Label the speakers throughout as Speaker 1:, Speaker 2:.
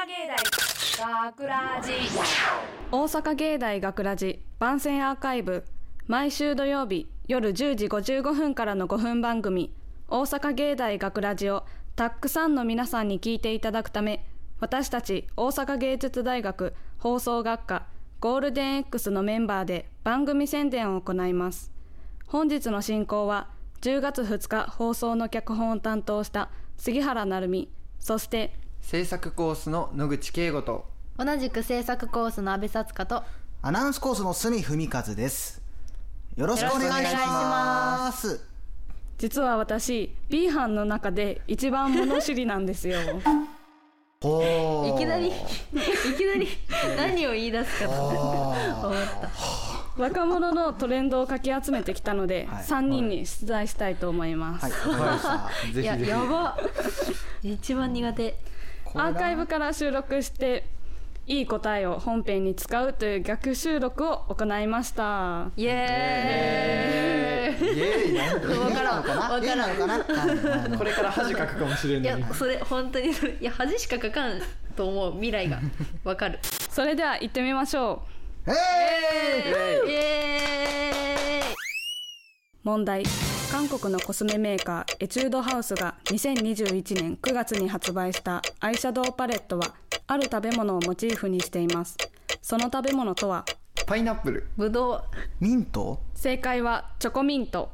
Speaker 1: 大学ラジ
Speaker 2: 大阪芸大学ラジ番宣アーカイブ毎週土曜日夜10時55分からの5分番組「大阪芸大学ラジをたくさんの皆さんに聞いていただくため私たち大阪芸術大学放送学科ゴールデン X のメンバーで番組宣伝を行います本日の進行は10月2日放送の脚本を担当した杉原成美そして
Speaker 3: 制作コースの野口圭吾と
Speaker 4: 同じく制作コースの阿部さつかと
Speaker 5: アナウンスコースの隅文和です。よろしくお願いします。
Speaker 2: 実は私 B 班の中で一番物知りなん ですよ
Speaker 5: ほ
Speaker 4: いうきなり いきなり何を言い出すかと思った
Speaker 2: 若者のトレンドをかき集めてきたので、
Speaker 5: はい
Speaker 2: 3人に出題したいと思います、
Speaker 5: はい、わかりました。
Speaker 3: ぜ
Speaker 4: い
Speaker 3: ひ
Speaker 4: や
Speaker 3: ぜひ
Speaker 4: やば一番苦手
Speaker 2: アーカイブから収録していい答えを本編に使うという逆収録を行いました
Speaker 4: イエーイ
Speaker 3: イエーイなんだ
Speaker 4: わからん
Speaker 5: いいのかな
Speaker 4: わからん
Speaker 5: いいのかなはいはい
Speaker 3: これから恥かくかもしれ
Speaker 4: い
Speaker 3: ない
Speaker 4: やそれ本当にそれいや恥しかかかんと思う未来がわかる
Speaker 2: それでは行ってみましょ
Speaker 5: え
Speaker 4: イエーイ
Speaker 2: う問題韓国のコスメメーカーエチュードハウスが2021年9月に発売したアイシャドウパレットはある食べ物をモチーフにしていますその食べ物とは
Speaker 3: パイナップル
Speaker 4: ぶどう
Speaker 5: ーミント？
Speaker 2: 正解はチョコミント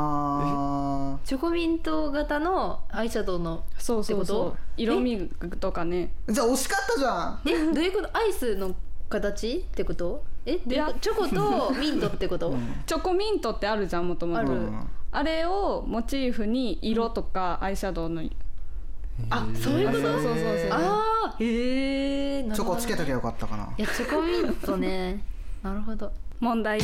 Speaker 5: あ
Speaker 4: チョコミント型のアイシャドウの
Speaker 2: そうそう
Speaker 4: って
Speaker 2: そ
Speaker 4: こ
Speaker 2: う色味とかね
Speaker 5: あ。じゃあ惜しかったじゃん。
Speaker 4: えどういうことアイスの形ってことえどういうこ
Speaker 2: いや
Speaker 4: とチョコとミントってこと、
Speaker 2: チョコミントってあるじゃんもとも
Speaker 4: あ
Speaker 2: と
Speaker 4: る
Speaker 5: うん
Speaker 2: あれをモチーフに色とかアイシャドウの
Speaker 4: あそういうこと
Speaker 2: そうそうそうそう
Speaker 4: あーへえ
Speaker 5: チョコつけときゃよかったかな。
Speaker 4: いやチョコミント ねなるほど
Speaker 2: 問題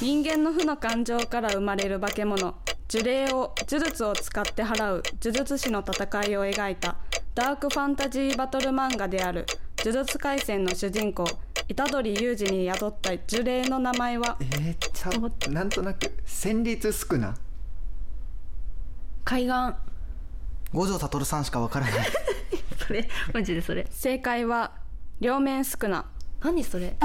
Speaker 2: 人間の負の感情から生まれる化け物呪霊を呪術を使って払う呪術師の戦いを描いたダークファンタジーバトル漫画である「呪術廻戦」の主人公虎杖裕二に宿った呪霊の名前は
Speaker 3: えー、ちゃんなんとなく戦慄少な
Speaker 4: 海岸
Speaker 5: 五条悟さんしかわからない。
Speaker 4: そ れマジでそれ
Speaker 2: 正解は両面少な
Speaker 4: 何それ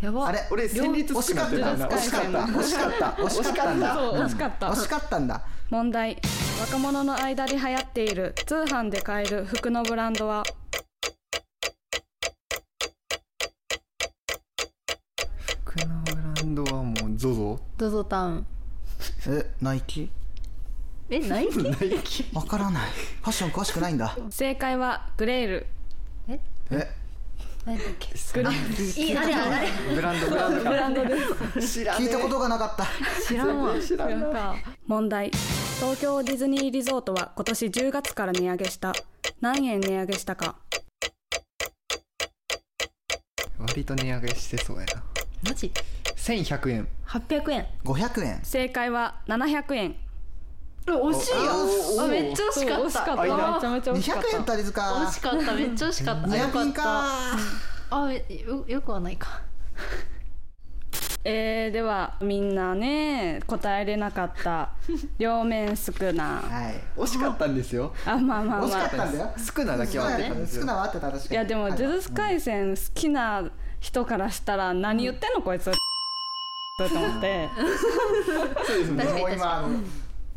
Speaker 4: やば
Speaker 5: あれ、
Speaker 3: 俺戦慄
Speaker 5: 惜し
Speaker 3: 少
Speaker 5: か
Speaker 3: なっ
Speaker 5: ってた
Speaker 3: 言
Speaker 5: んだ。
Speaker 3: な
Speaker 5: 惜しかった。惜しかった。惜しかったんだ。
Speaker 2: そう惜しかった
Speaker 5: 惜しかったんだ。
Speaker 2: 問題若者の間で流行っている通販で買える服のブランドは
Speaker 3: 服のブランドはもう ZOZO
Speaker 4: ドゾタウン
Speaker 5: え、ナイキ？
Speaker 4: えナ イキ
Speaker 3: ナイキ
Speaker 5: わからない。ファッション詳しくないんだ。
Speaker 2: 正解はグレール
Speaker 4: え
Speaker 5: え、
Speaker 4: 何だっけ
Speaker 3: ブ
Speaker 4: いいあれあれ
Speaker 3: ランドブランド
Speaker 2: ランドです
Speaker 3: 知らね
Speaker 5: 聞いたことがなかった。
Speaker 4: 知らんわ
Speaker 3: え知らんな
Speaker 2: 問題東京ディズニーリゾートは今年10月から値上げした何円値上げしたか
Speaker 3: 割と値上げしてそうやな
Speaker 4: マジ
Speaker 3: 1100円
Speaker 4: 800円
Speaker 5: 五百円。
Speaker 2: 正解は700円
Speaker 4: 惜しい
Speaker 5: よ
Speaker 4: あめっちゃ惜しかった
Speaker 2: 惜しかっ
Speaker 3: あいい
Speaker 2: た
Speaker 3: な
Speaker 2: めちゃめちゃ惜
Speaker 5: 二
Speaker 2: しか
Speaker 5: 百
Speaker 2: っ
Speaker 5: 円
Speaker 2: た
Speaker 5: 足りずか
Speaker 4: 惜。しかっためっちゃ惜しかった
Speaker 5: ニアピン
Speaker 4: よかっ
Speaker 5: か。
Speaker 4: たあえよよくはないか
Speaker 2: えー、ではみんなね答えれなかった両面少な
Speaker 5: はい。
Speaker 3: 惜しかったんですよ
Speaker 2: あまあまあ
Speaker 5: 惜し
Speaker 2: ま
Speaker 5: かっ
Speaker 2: あ
Speaker 5: たんだよ。
Speaker 3: 少なだけは合ってたんです
Speaker 5: 少
Speaker 3: よ
Speaker 5: なは合ってた確かに。
Speaker 2: いやでも
Speaker 5: はい
Speaker 2: 呪術廻戦好きな人からしたら何言ってんのこいつと思 って
Speaker 3: そうですね
Speaker 4: 確かに
Speaker 5: もう今あの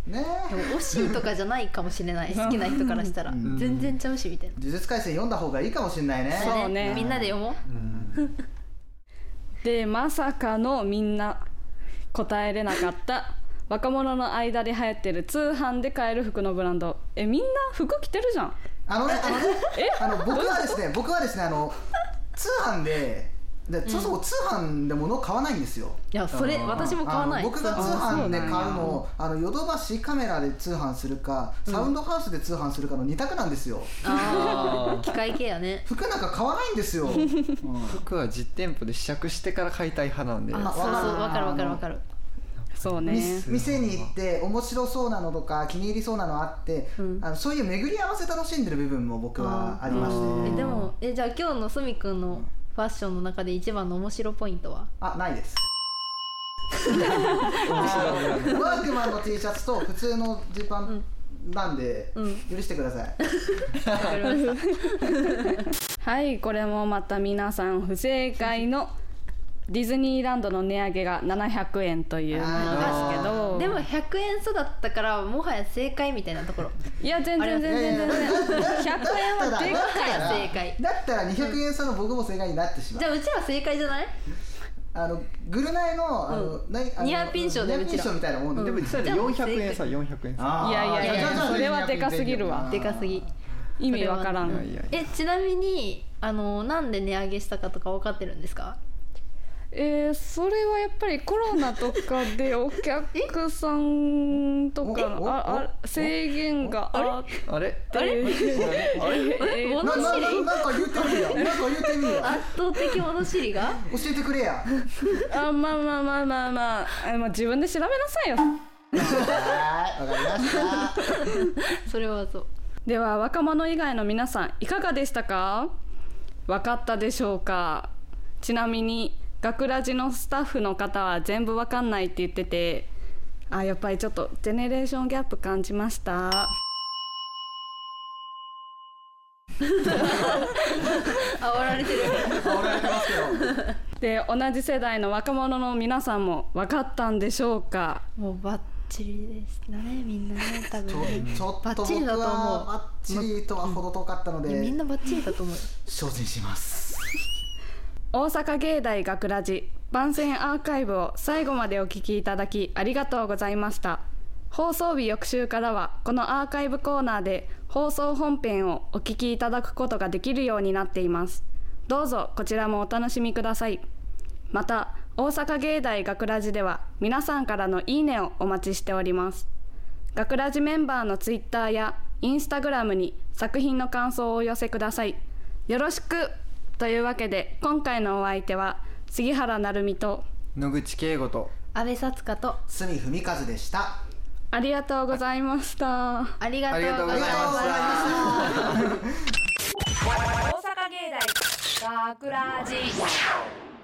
Speaker 5: ねえ
Speaker 4: でも惜しいとかじゃないかもしれない好きな人からしたら
Speaker 5: ん
Speaker 4: 全然ちゃうしみたいな
Speaker 5: 呪術廻戦読んだ方がいいかもしれないね。
Speaker 2: そうね
Speaker 4: みんなで読もう
Speaker 2: でまさかのみんな答えれなかった若者の間で流行ってる通販で買える服のブランドえみんな服着てるじゃん
Speaker 5: あのねあのねあの僕はですね僕はですねあの通販ででそもそも通販で物を買わないんですよ。
Speaker 4: いやそれ私も買わな
Speaker 5: あ
Speaker 4: い
Speaker 5: の僕が通販で買うのをあのヨドバシカメラで通販するか、サウンドハウスで通販するかの二択なんですよ
Speaker 4: あー機械系やね
Speaker 5: 服なんか買わないんですよ、うん
Speaker 3: 僕は実店舗で試着してから買いたい派なんで
Speaker 4: あそうそうわかるわかるわかる
Speaker 2: そう
Speaker 5: み
Speaker 2: ね
Speaker 5: 店に行って面白そうなのとか気に入りそうなのあって、あのそういう巡り合わせ楽しんでる部分も僕はありまして
Speaker 4: えでもえじゃあ今日のすみくんのファッションの中で一番の面白ポイントは
Speaker 5: あないです ワークマンの T シャツと普通のジーパンなんで、
Speaker 4: うん
Speaker 5: 許してください
Speaker 4: わかりました
Speaker 2: はいこれもまた皆さん不正解のディズニーランドの値上げが700円というものですけど
Speaker 4: でも100円差だったからもはや正解みたいなところ
Speaker 2: いや全然全然全然100円はでっ
Speaker 4: だか
Speaker 2: かい
Speaker 4: ら正解
Speaker 5: だったら200円差の僕も正解になってしまう
Speaker 4: じゃあうちら正解じゃない
Speaker 5: あのグルナイのあの、
Speaker 4: うん
Speaker 5: ないあの
Speaker 4: ニアピン賞だよ
Speaker 5: ニアピン賞みたいなもんで、
Speaker 3: でもそれ
Speaker 4: じゃあ
Speaker 3: 400円さ400円さ
Speaker 5: あー
Speaker 2: いやいやいや
Speaker 5: じゃあじゃあ
Speaker 2: それはでかすぎるわ
Speaker 4: でかすぎ
Speaker 2: 意味わから
Speaker 3: いや
Speaker 2: ん
Speaker 3: いやいや
Speaker 4: えちなみにあのなんで値上げしたかとか分かってるんですか
Speaker 2: えー、それはやっぱりコロナとかでお客さんとかの
Speaker 5: え
Speaker 2: ああ制限があっ
Speaker 3: あれ
Speaker 2: て えー
Speaker 4: 物
Speaker 5: なな
Speaker 4: 知
Speaker 5: な
Speaker 4: り
Speaker 5: なんか言ってみるよなんか言ってみるよ
Speaker 4: 圧倒的物知りが
Speaker 5: 教えてくれや
Speaker 2: あまあまあまあまあまああまあ自分で調べなさいよ
Speaker 5: はいわかりました
Speaker 4: それはそう
Speaker 2: では若者以外の皆さんいかがでしたか分かったでしょうかちなみに学ラジのスタッフの方は全部分かんないって言っててあやっぱりちょっとジェネレーションギャップ感じました
Speaker 4: 煽られ てる
Speaker 5: 煽られてますけど
Speaker 2: で同じ世代の若者の皆さんも分かったんでしょうか
Speaker 4: もうバッチリですねみんなね多分ね
Speaker 5: ちょちょ
Speaker 4: バ
Speaker 5: っ
Speaker 4: ッ
Speaker 5: と
Speaker 4: チ
Speaker 5: 僕
Speaker 4: リだと思
Speaker 5: は
Speaker 4: う
Speaker 5: バッチリとは程遠かったので
Speaker 4: みんなバッチリだと思う
Speaker 5: 精進します
Speaker 2: 大阪芸大学ラジ番宣アーカイブを最後までお聞きいただきありがとうございました放送日翌週からはこのアーカイブコーナーで放送本編をお聞きいただくことができるようになっていますどうぞこちらもお楽しみくださいまた大阪芸大学ラジでは皆さんからのいいねをお待ちしております学ラジメンバーのツイッターやインスタグラムに作品の感想をお寄せくださいよろしくというわけで今回のお相手は杉原成美と
Speaker 3: 野口圭吾と
Speaker 4: 安倍さつかと
Speaker 5: 隅文和でした
Speaker 2: ありがとうございました
Speaker 4: ありがとうございま
Speaker 5: ありがとうござい
Speaker 4: した
Speaker 1: 大
Speaker 5: ました
Speaker 1: 阪芸大がくらじ